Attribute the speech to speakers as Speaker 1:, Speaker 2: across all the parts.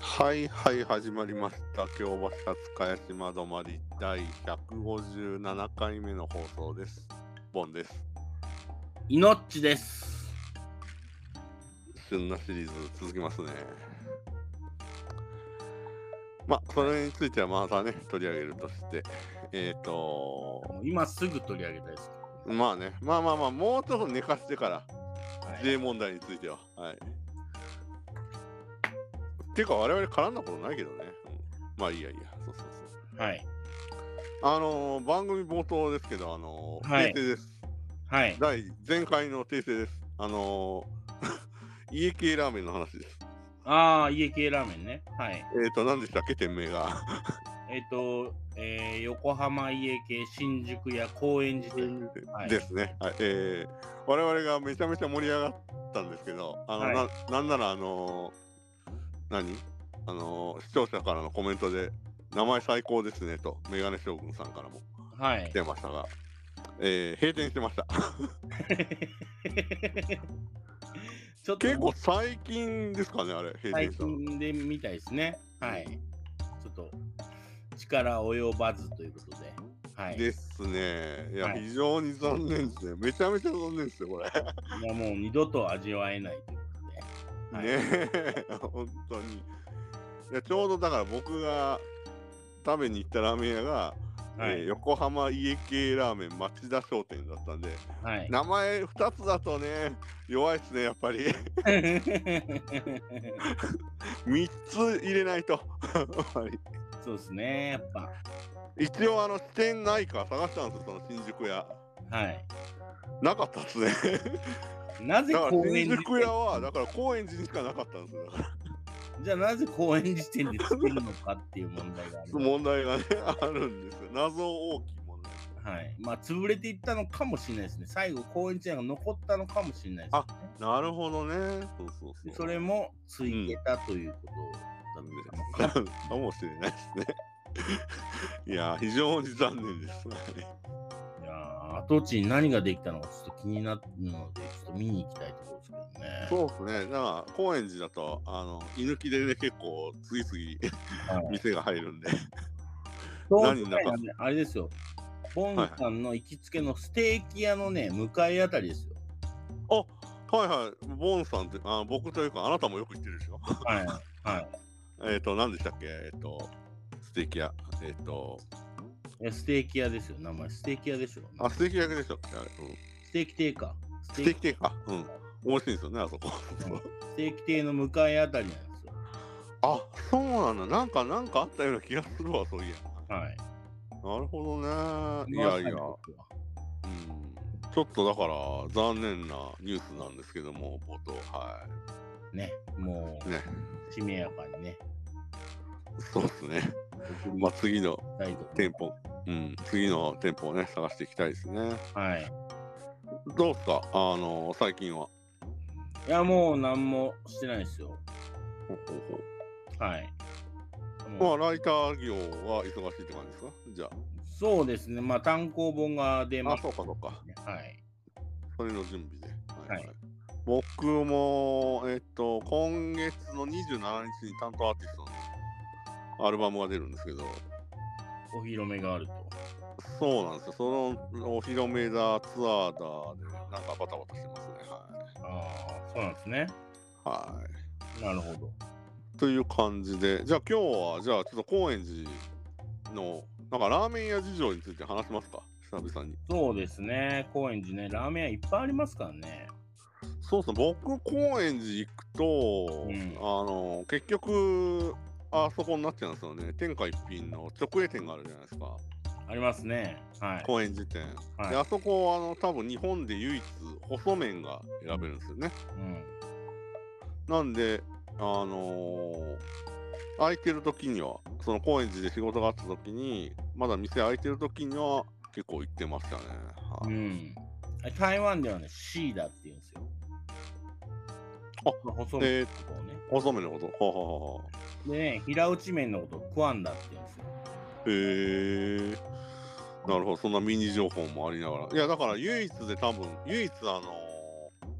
Speaker 1: はいはい始まりました京橋勝茅島止まり第157回目の放送ですボンです
Speaker 2: いのっちです。
Speaker 1: 旬なシリーズ続きますねまあそれについてはまたね取り上げるとしてえっ、ー、と
Speaker 2: もう今すぐ取り上げたいです。
Speaker 1: まあねまあまあまあもうちょっと寝かしてから
Speaker 2: はい、
Speaker 1: J 問題についてははいっていうか我々絡んだことないけどね、うんまあいいやいいやそうそうそう
Speaker 2: はい、
Speaker 1: あのー番組冒頭ですけど、あのー
Speaker 2: はい
Speaker 1: 訂正です。
Speaker 2: はい、
Speaker 1: 第前回の訂正です。あの ー家系ラーメンの話です。
Speaker 2: ああ、家系ラーメンね。はい、
Speaker 1: えっ、ー、と、何でしたっけ、店名が。
Speaker 2: えっ、と、えー横浜家系新宿や高円寺店。はい
Speaker 1: ですね。はい、えー我々がめちゃめちゃ盛り上がったんですけど、あの、
Speaker 2: はい
Speaker 1: ななんなら、あのー何あのー視聴者からのコメントで、名前最高ですねと、メガネ将軍さんからも
Speaker 2: はい
Speaker 1: 出ましたが、えー閉店してました。
Speaker 2: ちょっと
Speaker 1: 結構最近ですかね、あれ、閉店
Speaker 2: 最
Speaker 1: したの。
Speaker 2: 近でみたいですね。はい、ちょっと力及ばずということで。はい、い
Speaker 1: ですね。いや、
Speaker 2: はい
Speaker 1: 非常に残念ですね。めちゃめちゃ残念ですよ、これ。
Speaker 2: やもう二度と味わえないということで。はい
Speaker 1: ねえ、 本当に。いや、ちょうどだから僕が食べに行ったラーメン屋が、
Speaker 2: は
Speaker 1: えー
Speaker 2: い、
Speaker 1: 横浜家系ラーメン町田商店だったんで、
Speaker 2: はい、
Speaker 1: 名前2つだとね、弱いですね、やっぱり。3つ入れないと。 やっぱり
Speaker 2: そうですね、やっぱ。
Speaker 1: 一応、あの、支店ないか探したんですよ、その新宿屋。
Speaker 2: はい。
Speaker 1: なかったっすね。
Speaker 2: なぜ
Speaker 1: だから
Speaker 2: 公園
Speaker 1: 新
Speaker 2: 寺
Speaker 1: 宿屋は、だから高円寺にしかなかったんですよ。だから
Speaker 2: じゃあなぜ公園時点で作るのかっていう問題がある。
Speaker 1: 問題がね、 あるんですよ。謎大きい問題。
Speaker 2: はい。まあ潰れていったのかもしれないですね。最後公園時点が残ったのかもしれないです、ね。
Speaker 1: あなるほどね。そうそう
Speaker 2: でそれもついてたということだったのか
Speaker 1: かもしれないですね。いや、非常に残念です。
Speaker 2: な。いやー跡地に何ができたのかちょっと気になるので、ちょっと見に行きたいところですけどね。
Speaker 1: そうですね。だから、高円寺だと、あの、居抜きでね、結構、次
Speaker 2: は
Speaker 1: 々
Speaker 2: い
Speaker 1: 店が入るんで。
Speaker 2: そう
Speaker 1: 何
Speaker 2: 今
Speaker 1: なん
Speaker 2: 回
Speaker 1: か
Speaker 2: はね、あれですよ。ボンさんの行きつけのステーキ屋のね、向かいあた りですよ。
Speaker 1: あはいはい。ボンさんって、あ僕というか、あなたもよく行ってるでしょ。
Speaker 2: はい。はい。
Speaker 1: えっと、何でしたっけえっ、と、ステーキ屋。えっ、と、
Speaker 2: いやステーキ屋ですよ。名前ステーキ屋でしょ。
Speaker 1: あ、ステーキ屋でしたっけあれ、うん、
Speaker 2: ステーキ亭か。ス
Speaker 1: ステーキ店か。うん。美味しいんですよね、あそこ。
Speaker 2: ステーキ亭の向かいあたりなんですよ。
Speaker 1: あそうなんだ。なんか、なんかあったような気がするわ、そういや。
Speaker 2: はい。
Speaker 1: なるほどね。いやいや、うん、ちょっとだから、残念なニュースなんですけども、冒頭。は
Speaker 2: ね、も
Speaker 1: い。ね。
Speaker 2: う、しめやかにね、
Speaker 1: そうですね。
Speaker 2: 送
Speaker 1: まあ、次の
Speaker 2: りたいと。
Speaker 1: 店舗、うん、次の店舗をね、探していきたいですね。
Speaker 2: はい。
Speaker 1: どうっすかあの最近は。
Speaker 2: いや、もう何もしてないですよ。
Speaker 1: ほうほうほう
Speaker 2: はい。
Speaker 1: ま
Speaker 2: も
Speaker 1: あ、
Speaker 2: う
Speaker 1: ライター業は忙しいって感じですかじゃ
Speaker 2: そうですね、まあ、単行本が出
Speaker 1: あ。
Speaker 2: ま
Speaker 1: あ、
Speaker 2: す
Speaker 1: そうかそうか。
Speaker 2: ね。はい。
Speaker 1: それの準備で。はい
Speaker 2: はい
Speaker 1: 僕も、えっと、今月の27日に担当アーティストのアルバムが出るんですけど、
Speaker 2: お披露目があると。
Speaker 1: そうなんですよ。そのお披露目だ、ツアーだで、なんかバタバタしてますね。は
Speaker 2: ああ、そうなんですね。
Speaker 1: い。はい。
Speaker 2: なるほど。
Speaker 1: という感じで、じゃあ今日は、じゃあちょっと高円寺の、なんかラーメン屋事情について話しますか、久々に。
Speaker 2: そうですね、高円寺ね、ラーメン屋いっぱいありますからね。
Speaker 1: そうそう、僕、高円寺行くと、
Speaker 2: うん
Speaker 1: あの、結局、あそこになっちゃうんですよね。天下一品の直営店があるじゃないですか。
Speaker 2: ありますね。はい。
Speaker 1: 高円寺店。
Speaker 2: はい
Speaker 1: で、あそこ、あの、多分日本で唯一、細麺が選べるんですよね。
Speaker 2: うん。
Speaker 1: なんで、あのー空いてる時には、その高円寺で仕事があった時に、まだ店空いてる時には結構行ってましたね。は
Speaker 2: う
Speaker 1: い
Speaker 2: ん。台湾ではね、シーダって言うんですよ。あ、細麺
Speaker 1: えー、
Speaker 2: のことをね。
Speaker 1: 細めのことはははは
Speaker 2: でね、平打ち麺のことをクワンダって言うんですよ。
Speaker 1: へえ。なるほど、そんなミニ情報もありながら。いや、だから唯一で多分、唯一あのー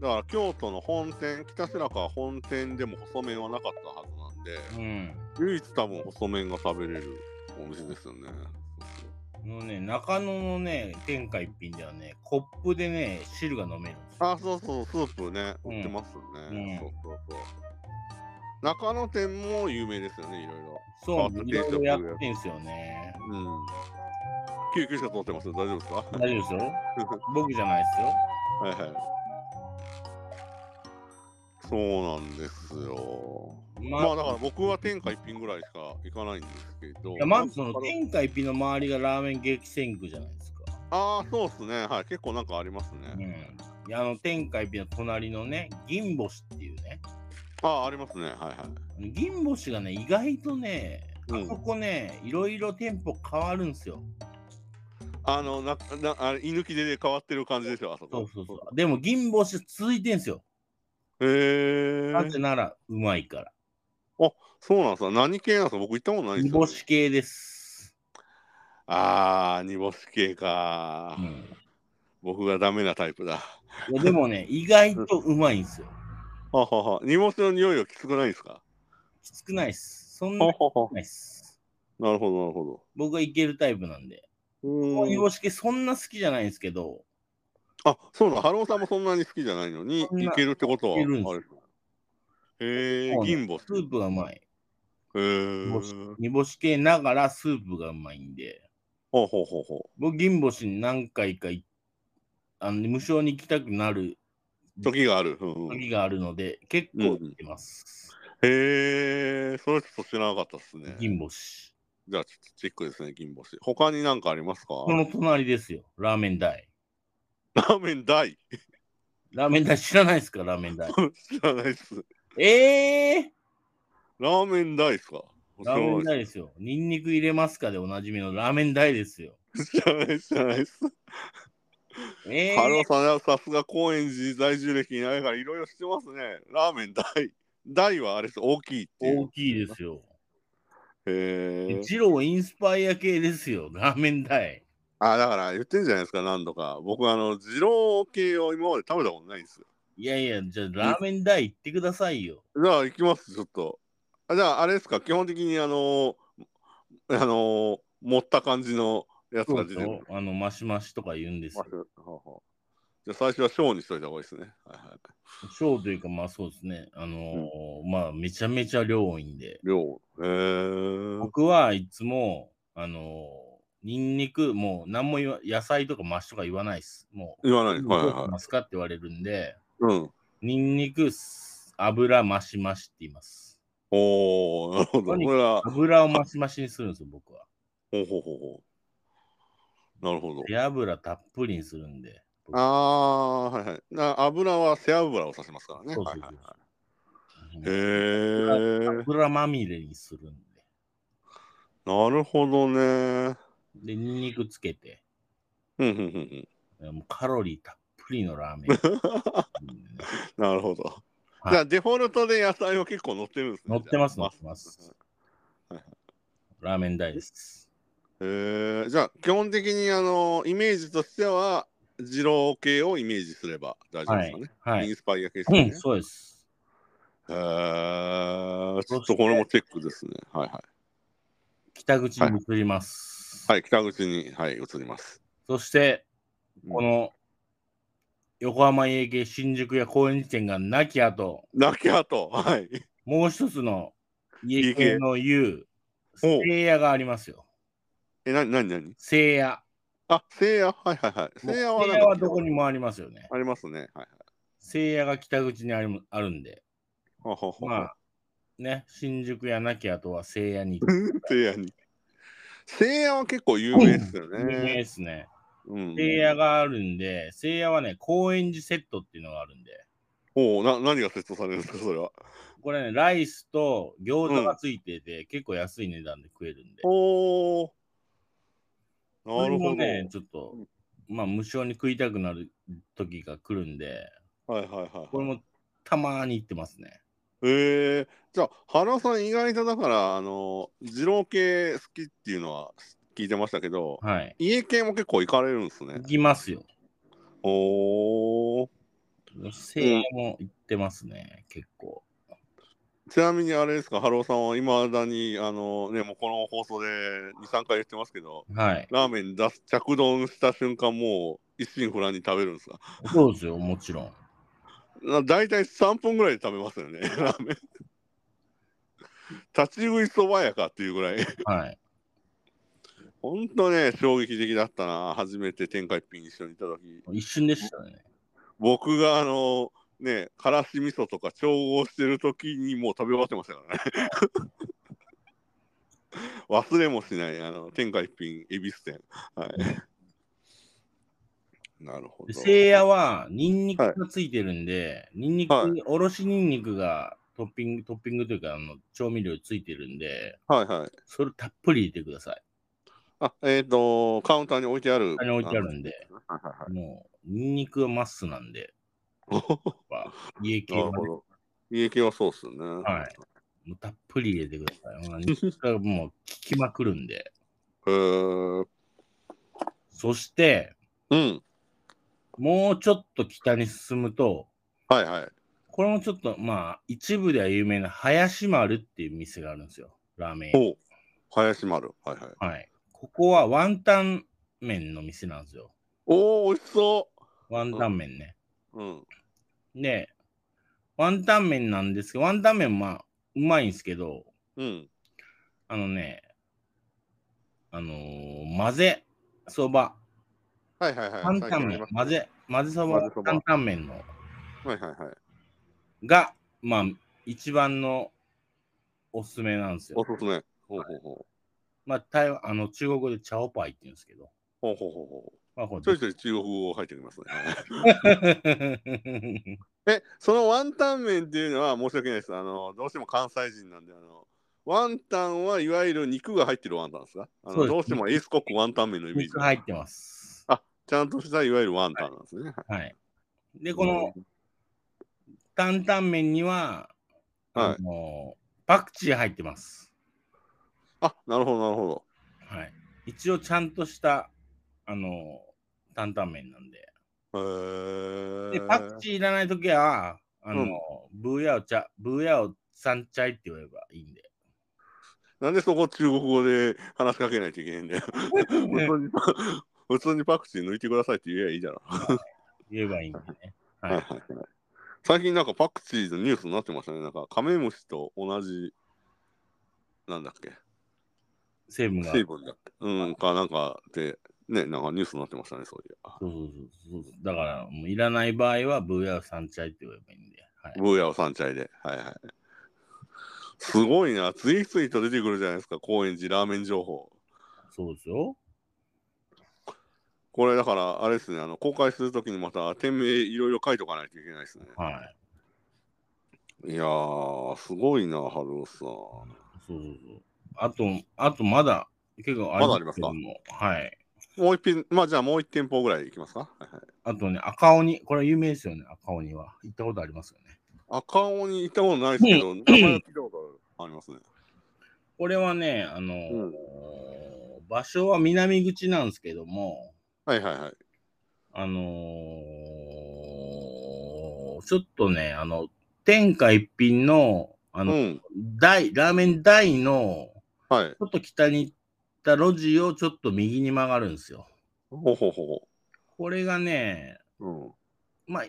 Speaker 1: だから京都の本店、北白川本店でも細麺はなかったはずなんんで、
Speaker 2: うん。
Speaker 1: 唯一多分細麺が食べれるお店ですよね。
Speaker 2: このね、中野のね、天下一品ではね、コップでね、汁が飲めるんですよ。
Speaker 1: あ、そうそう、スープね、売ってますよね。
Speaker 2: うん
Speaker 1: そうそうそう。中野店も有名ですよね、いろいろ。
Speaker 2: そ
Speaker 1: あ
Speaker 2: う、いろい
Speaker 1: 定食
Speaker 2: ろやってんすよね。
Speaker 1: うん。救急車通ってますよ、大丈夫ですか
Speaker 2: 大丈夫です よ。僕じゃないですよ。
Speaker 1: はいはい。そうなんですよ。
Speaker 2: ま
Speaker 1: まあだから僕は天下一品ぐらいしか行かないんですけど
Speaker 2: いや。まずその天下一品の周りがラーメン激戦区じゃないですか。
Speaker 1: ああ、そうですね。はい。結構なんかあります
Speaker 2: うん。
Speaker 1: ね。
Speaker 2: いやあの天下一品の隣のね、銀星っていうね、
Speaker 1: ああ、ありますね。はいはい。
Speaker 2: 銀星がね、意外とね、
Speaker 1: うん
Speaker 2: あそこね、いろいろ店舗変わるんですよ。
Speaker 1: あの、な、な、あれ、居抜きで変わってる感じでしょ、あそ
Speaker 2: そ
Speaker 1: こ
Speaker 2: う。そうそう。でも銀星続いてんすよ。
Speaker 1: へえ
Speaker 2: なぜならうまいから。
Speaker 1: そうなんですか。何系なんですか僕行ったことないん
Speaker 2: 煮
Speaker 1: ですよね、
Speaker 2: 干し系です。
Speaker 1: ああ、煮干し系か、
Speaker 2: うん
Speaker 1: 僕がダメなタイプだ。
Speaker 2: いやで もね、意外とうまいんですよ。
Speaker 1: ははは煮干しの匂いはきつくないですか
Speaker 2: きつくないっす。そん
Speaker 1: は
Speaker 2: な
Speaker 1: は
Speaker 2: き
Speaker 1: は
Speaker 2: つくないっす。
Speaker 1: なるほど、なるほど。
Speaker 2: 僕はいけるタイプなんで。
Speaker 1: う
Speaker 2: 煮
Speaker 1: ーん
Speaker 2: 干し系そんな好きじゃないんですけど、
Speaker 1: あそうだ、ハローさんもそんなに好きじゃないのに、い
Speaker 2: そんな
Speaker 1: けるってことは、あ
Speaker 2: いけ
Speaker 1: れ
Speaker 2: るんですよ
Speaker 1: へえ
Speaker 2: そう、ね
Speaker 1: 銀星。
Speaker 2: スープがうまい。
Speaker 1: へえ
Speaker 2: 煮。干し煮干し系ながらスープがうまいんで、
Speaker 1: ほうほうほうほ
Speaker 2: 僕、銀星に何回かいあの無償に行きたくなる
Speaker 1: う。時がある。うんうん、へ
Speaker 2: 時があるので、結構行ってます。
Speaker 1: え、それちょっと知らなかったですね。
Speaker 2: 銀星。
Speaker 1: じゃあ、ちょっとチェックですね、銀星。他に何かありますか
Speaker 2: この隣ですよ、ラーメン大。
Speaker 1: ラーメン大
Speaker 2: ラーメン大知らないですか、ラーメン 大。
Speaker 1: 知らないっす。
Speaker 2: えー
Speaker 1: ラーメン大っすか
Speaker 2: ラーメン大ですよ。ニンニク入れますかでおなじみのラーメン大ですよ。
Speaker 1: 知らないっす知らないっす。
Speaker 2: え
Speaker 1: ハロ
Speaker 2: ー
Speaker 1: ー、さんはさすが高円寺在住歴にないからいろいろ知ってますね。ラーメン大。大はあれです、大きいってい
Speaker 2: 大
Speaker 1: う。
Speaker 2: きいですよ。
Speaker 1: へえ。
Speaker 2: 一郎インスパイア系ですよ、ラーメン大。
Speaker 1: あ、だから言ってんじゃないですか、何度か。僕、あの、二郎系を今まで食べたことないんですよ。
Speaker 2: いやいや、じゃあラーメン大行ってくださいよ。
Speaker 1: じゃあ行きます、ちょっと。あじゃあ、あれですか、基本的にあのあの持った感じのやつ
Speaker 2: そ
Speaker 1: が
Speaker 2: う
Speaker 1: 出て
Speaker 2: です
Speaker 1: くる
Speaker 2: よ。あの、マシマシとか言うんですよ
Speaker 1: ま。ずはあはあじゃあ、最初は小にしといた方がいいですね。はいはい。
Speaker 2: ショーというか、まあそうですね。あのーまあめちゃめちゃ量多いんで。
Speaker 1: 量。へえ
Speaker 2: 僕はいつも、あのーニンニク、もう何も言わ野菜とかマシとか言わないです。もう、
Speaker 1: 言わないです。はいはい
Speaker 2: どう
Speaker 1: は
Speaker 2: し
Speaker 1: い。
Speaker 2: ますかって言われるんで、
Speaker 1: うん。
Speaker 2: ニンニク、油、マシマシって言います。
Speaker 1: おお、なるほど。こ
Speaker 2: 何
Speaker 1: れは、
Speaker 2: 油をマシマシにするんですよ、僕は。
Speaker 1: ほうほうほうほう。なるほど。
Speaker 2: 背油たっぷりにするんで。僕
Speaker 1: ああー、はいはい。な油は背脂を指しますからね。
Speaker 2: そう
Speaker 1: は
Speaker 2: そう
Speaker 1: い
Speaker 2: そ
Speaker 1: は
Speaker 2: う
Speaker 1: いは
Speaker 2: うん
Speaker 1: い。へえ、
Speaker 2: 油まみれにするんで。
Speaker 1: なるほどね。
Speaker 2: で、ニンニクつけて、
Speaker 1: うんうんうんうん。
Speaker 2: もうカロリーたっぷりのラーメンうん。
Speaker 1: なるほど。
Speaker 2: はい
Speaker 1: じゃあ、デフォルトで野菜は結構乗ってるんですね。
Speaker 2: 乗ってます、
Speaker 1: じゃ
Speaker 2: 乗
Speaker 1: あ
Speaker 2: ってます
Speaker 1: はいは。
Speaker 2: ラーメン大です。
Speaker 1: へえ、じゃあ、基本的に、あの、イメージとしては、二郎系をイメージすれば大丈夫
Speaker 2: は
Speaker 1: です
Speaker 2: い
Speaker 1: かね。。
Speaker 2: は
Speaker 1: イ
Speaker 2: い。
Speaker 1: ンスパイア系です
Speaker 2: う
Speaker 1: ね。
Speaker 2: ん、そうです。
Speaker 1: へーちょっ
Speaker 2: そし
Speaker 1: と
Speaker 2: て
Speaker 1: これもチェックですね。はいはい。
Speaker 2: 北口に移ります。
Speaker 1: はい、北口に、はい、移ります。
Speaker 2: そして、
Speaker 1: うん
Speaker 2: この横浜家系新宿や高円寺店がなき後、
Speaker 1: 泣き跡、はい。
Speaker 2: もう一つの家
Speaker 1: 家
Speaker 2: 系
Speaker 1: 系
Speaker 2: の湯、
Speaker 1: おう
Speaker 2: 聖夜がありますよ。
Speaker 1: え、なになになに
Speaker 2: 聖夜。
Speaker 1: あ、せいや、はいはいはい。せいやは
Speaker 2: 聖
Speaker 1: なん
Speaker 2: 夜
Speaker 1: か
Speaker 2: はどこにもありますよね。
Speaker 1: ありますね。はいはい。
Speaker 2: 聖夜が北口にあるあるんで、
Speaker 1: ほうほうほう
Speaker 2: まあ、ね、新宿やなき後は聖夜に行く。
Speaker 1: せいやに。せいやは結構有名ですよ
Speaker 2: 有名
Speaker 1: ね。
Speaker 2: ですね。
Speaker 1: うん。
Speaker 2: 聖夜があるんで、聖夜はね、高円寺セットっていうのがあるんで、
Speaker 1: おうな何がセットされるんですか、それは。
Speaker 2: これね、ライスと餃子がついてて、結構安い値段で食えるんで、
Speaker 1: おお。なるほ
Speaker 2: これも
Speaker 1: ど。
Speaker 2: ね、ちょっと
Speaker 1: うん、
Speaker 2: まあ、無償に食いたくなる時が来るんで、
Speaker 1: はいはいはい。
Speaker 2: これもたまーに行ってますね。
Speaker 1: ええじゃあ、原さん、意外とだから、あの、二郎系好きっていうのは聞いてましたけど、
Speaker 2: はい。
Speaker 1: 家系も結構行かれるんですね
Speaker 2: 行。きますよ。
Speaker 1: おお。
Speaker 2: 聖夜も行ってますね、結構。
Speaker 1: ちなみにあれですか、ハローさんはいまだに、あのね、もうこの放送で2、3回言ってますけど、
Speaker 2: はい。
Speaker 1: ラーメン出す着丼した瞬間、もう一心不乱に食べるんですか
Speaker 2: そうですよ、もちろん。
Speaker 1: な大体3分ぐらいで食べますよね、 ラーメン。立ち食いそばやかっていうぐらい。
Speaker 2: はい。
Speaker 1: ほんとね、衝撃的だったな、初めて天下一品一緒にいたとき。
Speaker 2: 一瞬でしたね。
Speaker 1: 僕があの、ね、からし味噌とか調合してるときにもう食べ終わってましたからね。 忘れもしない、あの天下一品、恵比寿店。はい。なるほ
Speaker 2: で
Speaker 1: ど。
Speaker 2: せいやは、ニンニクがついてるんで、ニンニク、
Speaker 1: はい
Speaker 2: おろしニンニクがトッピング、トッピングというか、あの、調味料ついてるんで、
Speaker 1: はいはい。
Speaker 2: それたっぷり入れてください。
Speaker 1: あ、えっ、と、カウンターに置いてある。
Speaker 2: 他に置いてあるんで、
Speaker 1: あの。はいはいはい。
Speaker 2: もう、ニンニクはマストなんで、やっぱ 家系
Speaker 1: な
Speaker 2: は
Speaker 1: るほど。家系はそうっすよね。
Speaker 2: はいもうたっぷり入れてください。もうニンニクがもう効きまくるんで。
Speaker 1: えー、
Speaker 2: そして、
Speaker 1: うん。
Speaker 2: もうちょっと北に進むと、
Speaker 1: はいはい。
Speaker 2: これもちょっと、まあ、一部では有名な、林丸っていう店があるんですよ。ラーメン屋。
Speaker 1: おう林丸。はいはい。
Speaker 2: はい。ここはワンタン麺の店なんですよ。
Speaker 1: おお、美味しそ
Speaker 2: ワンタン麺ね。
Speaker 1: う。うん。
Speaker 2: で、ワンタン麺なんですけど、ワンタン麺まあ、うまいんですけど、
Speaker 1: うん。
Speaker 2: あのね、あのー混ぜそば、
Speaker 1: はいはいはい。
Speaker 2: 担々
Speaker 1: 最近あり
Speaker 2: 麺
Speaker 1: ま、す
Speaker 2: 混ぜ、混ぜそば
Speaker 1: 混ぜそ、ば
Speaker 2: 担々麺の、
Speaker 1: はいはいはい。
Speaker 2: が、まあ、一番のおすすめなんですよ
Speaker 1: お。すすめ。ほうほうほう。
Speaker 2: まあ、台湾あの中国語でチャオパイって言うんですけど、
Speaker 1: ほうほうほうほ
Speaker 2: まあ、こ
Speaker 1: う。ちょいちょい中国語入ってきますね。
Speaker 2: れ
Speaker 1: え、そのワンタン麺っていうのは申し訳ないです。あの、どうしても関西人なんで、あの、ワンタンはいわゆる肉が入ってるワンタンですかあ
Speaker 2: そう
Speaker 1: の
Speaker 2: です
Speaker 1: どうしてもエースコックワンタン麺のイメージ
Speaker 2: 肉。入ってます。
Speaker 1: ちゃんとしたいわゆるワンタンなんですね。はい
Speaker 2: はい。で、この、担々麺には、
Speaker 1: はい
Speaker 2: あのパクチー入ってます。
Speaker 1: あ、なるほどなるほど。
Speaker 2: はい。一応ちゃんとした、あの担々麺なんで。
Speaker 1: へ
Speaker 2: で、
Speaker 1: ー
Speaker 2: パクチーいらないときは、あのブーヤオチャ、ブーヤオサンチャイって言えばいいんで。
Speaker 1: なんでそこ中国語で話しかけないといけないんだよ。普通にパ普通にパクチー抜いてくださいって言えばいいじゃん。
Speaker 2: 言えばいいんでね。
Speaker 1: はい
Speaker 2: はい。
Speaker 1: はいはい最近なんかパクチーのニュースになってましたね。なんかカメムシと同じ、なんだっけ、
Speaker 2: 成分が。
Speaker 1: 水分だっけ。うん、かなんかで、ね、なんかニュースになってましたね、そういや。
Speaker 2: そうそうそうそう。だから、もういらない場合は、ブーヤオサンチャイって言えばいいんで。はい。
Speaker 1: ブーヤを三茶で。はいはい。すごいな、次々と出てくるじゃないですか、高円寺ラーメン情報。
Speaker 2: そうですよ。
Speaker 1: これだから、あれですね、あの公開するときにまた店名いろいろ書いとかないといけないですね。
Speaker 2: はい。
Speaker 1: いやー、すごいな、ハルオさん。
Speaker 2: そうそうそう。あと、あとまだ、結構
Speaker 1: まだありますか
Speaker 2: けどもはい。
Speaker 1: もう一品、まあじゃあもう一店舗ぐらい行きますか。はいはい、
Speaker 2: あとね、赤鬼。これ有名ですよね、赤鬼は。行ったことありますよね。
Speaker 1: 赤尾に行ったことないですけど、名前は聞いたことありますね。
Speaker 2: これはね、あのー
Speaker 1: うん
Speaker 2: 場所は南口なんですけども、
Speaker 1: はいはいはい。
Speaker 2: あのーちょっとね、あの、天下一品の、あ
Speaker 1: う
Speaker 2: の、
Speaker 1: ん。
Speaker 2: 大、ラーメン大の、
Speaker 1: はい。
Speaker 2: ちょっと北に行った路地をちょっと右に曲がるんですよ。
Speaker 1: ほうほうほ
Speaker 2: これがね、
Speaker 1: う。うん。
Speaker 2: まあ、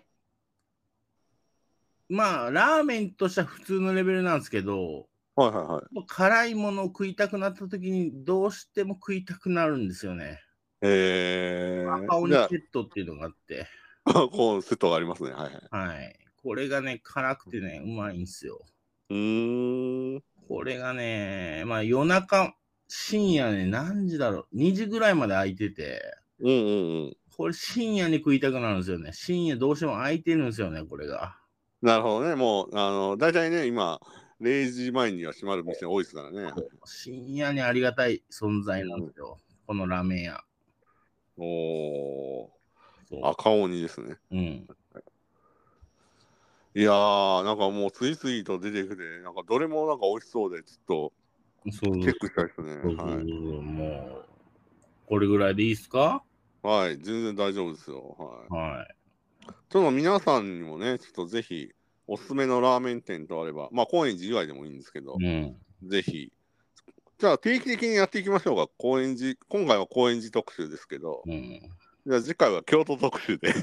Speaker 2: まあ、ラーメンとしては普通のレベルなんですけど、
Speaker 1: はいはいはい。
Speaker 2: もう辛いものを食いたくなった時に、どうしても食いたくなるんですよね。
Speaker 1: え
Speaker 2: 赤
Speaker 1: ー。
Speaker 2: 鬼
Speaker 1: じ
Speaker 2: セ
Speaker 1: ゃ
Speaker 2: ットっていうのがあって、
Speaker 1: あ、 こうセットがありますね。はいはい。
Speaker 2: はい。これがね、辛くてね、うまいんですよ。
Speaker 1: うーん。
Speaker 2: これがね、まあ夜中、深夜ね、何時だろう、2時ぐらいまで空いてて、
Speaker 1: うんうんうん。
Speaker 2: これ深夜に食いたくなるんですよね。深夜どうしても空いてるんですよね、これが。
Speaker 1: なるほどね。もう、あの、大体ね、今、0時前には閉まる店多いですからね。
Speaker 2: 深夜にありがたい存在なんですよ。このラーメン屋。
Speaker 1: おー。
Speaker 2: そう
Speaker 1: 赤鬼ですね。
Speaker 2: うん、
Speaker 1: いやー、なんかもう次々と出てくて、なんかどれもなんか美味しそうで、ちょ
Speaker 2: そう
Speaker 1: っとチェックしたいですね。
Speaker 2: そうそうそう
Speaker 1: はい。
Speaker 2: もう、これぐらいでいいですか
Speaker 1: はい、全然大丈夫ですよ。はい。
Speaker 2: は
Speaker 1: ちょっと皆さんにもね、ちょっとぜひおすすめのラーメン店とあれば、まあ、高円寺以外でもいいんですけど、
Speaker 2: うん。
Speaker 1: ぜひ。じゃあ、定期的にやっていきましょうが、高円寺、今回は高円寺特集ですけど、
Speaker 2: うん。
Speaker 1: じゃあ次回は京都特集で。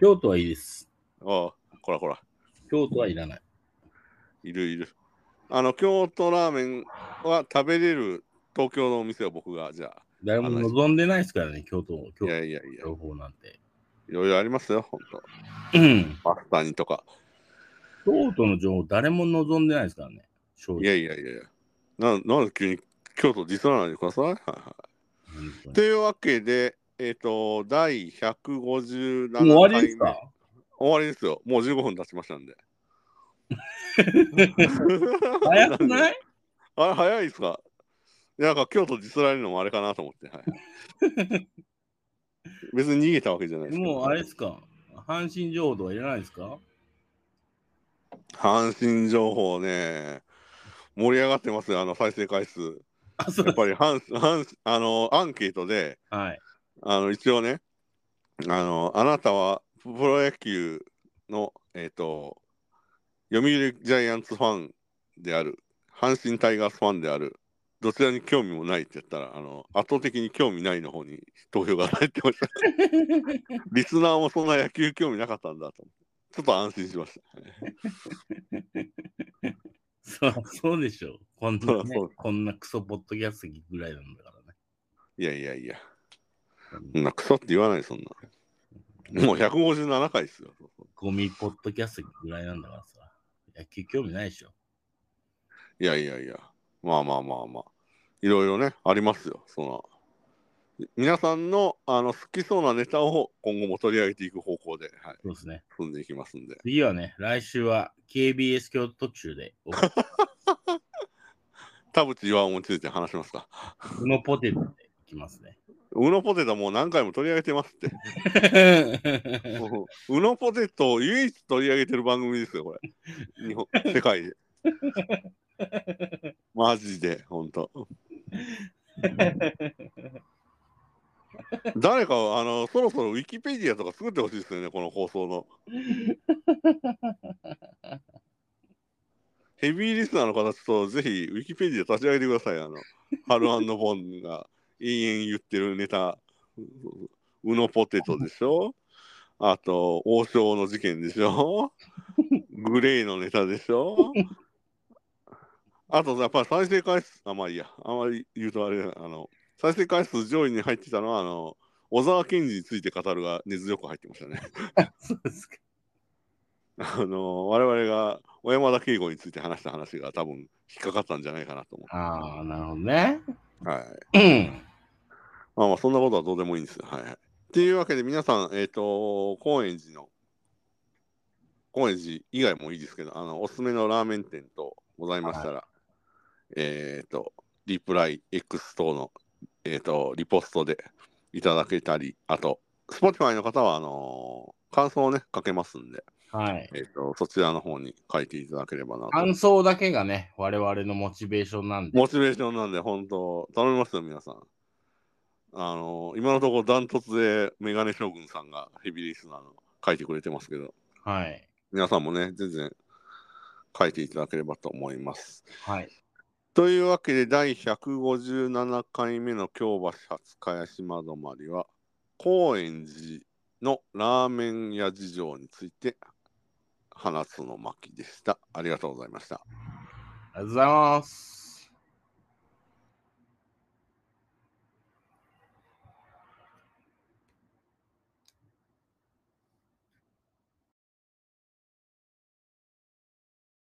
Speaker 2: 京都はいいです。
Speaker 1: ああ、こらこら、
Speaker 2: 京都はいらない。
Speaker 1: いるいる。あの、京都ラーメンは食べれる東京のお店を僕が、じゃあ、
Speaker 2: 誰も望んでないですからね、京都、京
Speaker 1: いや
Speaker 2: 都
Speaker 1: いやいや、
Speaker 2: 情報なんて。
Speaker 1: いろいろありますよ、ほんと。
Speaker 2: うん
Speaker 1: パスタにとか。
Speaker 2: 京都の情報、誰も望んでないですからね。正直
Speaker 1: いやいやいやいや。ななんで急に京都ディスらないでください。はい はい
Speaker 2: 本当に
Speaker 1: というわけで、えっ、と、第157回
Speaker 2: もう
Speaker 1: 目。
Speaker 2: 終わりですか
Speaker 1: 終わりですよ。もう15分経ちましたんで。
Speaker 2: 早くないい
Speaker 1: あれ、早いですかいやなんか京都ディスられるのもあれかなと思って。はい、 別に逃げたわけじゃないですけど
Speaker 2: もうあれですか阪神情報とかいらないですか
Speaker 1: 阪神情報ね、盛り上がってますよ、あの再生回数。
Speaker 2: あ、そう
Speaker 1: やっぱり阪阪あのアンケートで、
Speaker 2: はい。
Speaker 1: あの一応ねあの、あなたはプロ野球の、えっと読売ジャイアンツファンである、阪神タイガースファンである、どちらに興味もないって言ったら、あの圧倒的に興味ないの方に投票が入ってました。リスナーもそんな野球興味なかったんだと思って。ちょっと安心しました。
Speaker 2: そうそうでしょう。こん
Speaker 1: そ
Speaker 2: な、
Speaker 1: う
Speaker 2: ね
Speaker 1: そう、
Speaker 2: こんなクソポッドキャストぐらいなんだからね。
Speaker 1: いやいやいや、
Speaker 2: こん
Speaker 1: そ
Speaker 2: なん
Speaker 1: なクソって言わない、そんな。もう157回ですよ。
Speaker 2: ゴミポッドキャストぐらいなんだからさ。野球興味ないでしょ。
Speaker 1: いやいやいや、まあまあまあまあ、いろいろね、ありますよ。その皆さんのあの好きそうなネタを今後も取り上げていく方向で、はい、
Speaker 2: そうですね。
Speaker 1: 進んでいきますんで。
Speaker 2: 次はね、来週は KBS 京都中で、おこ
Speaker 1: 田淵岩尾について話しますか。
Speaker 2: のポテトでいきますね。
Speaker 1: うのポテトもう何回も取り上げてますって。 うのポテトを唯一取り上げてる番組ですよ、これ。日本、世界で。マジで、ほんと。誰か、あの、そろそろウィキペディアとか作ってほしいですよね、この放送の。ヘビーリスナーの方、ちょっとぜひ、ウィキペディア立ち上げてください。あの、ハルアンドボンが延々言ってるネタ、うのポテトでしょあと、王将の事件でし ょグレーのネタでしょあと、やっぱり再生回数、あ、まあいいや、あまり言うとあれだ、あの、再生回数上位に入ってたのは、あの、小沢健二について語るが根強く入ってましたね。
Speaker 2: そうですか。
Speaker 1: あの、我々が小山田圭吾について話した話が多分引っかかったんじゃないかなと思
Speaker 2: ああ、なるほどね。
Speaker 1: う。はい。
Speaker 2: うん。
Speaker 1: まあまあ、そんなことはどうでもいいんですよ。はいはい。っていうわけで、皆さん、えっ、と、高円寺の、高円寺以外もいいですけど、あの、おすすめのラーメン店とございましたら、えっ、と、リプライ X 等の、えっ、と、リポストでいただけたり、あと、Spotify の方は、あのー感想をね、かけますんで、
Speaker 2: はい。
Speaker 1: えっ、と、そちらの方に書いていただければなと
Speaker 2: 感。想だけがね、我々のモチベーションなんで。
Speaker 1: モチベーションなんで、本当、頼みますよ、皆さん。あの、今のところ、ダントツで、メガネ将軍さんがヘビーリスナーの書いてくれてますけど、
Speaker 2: はい。
Speaker 1: 皆さんもね、全然書いていただければと思います。
Speaker 2: はい。
Speaker 1: というわけで、第157回目の京橋初茅島止まりは、高円寺のラーメン屋事情について、花つの巻でした。ありがとうございました。
Speaker 2: ありがとうございます。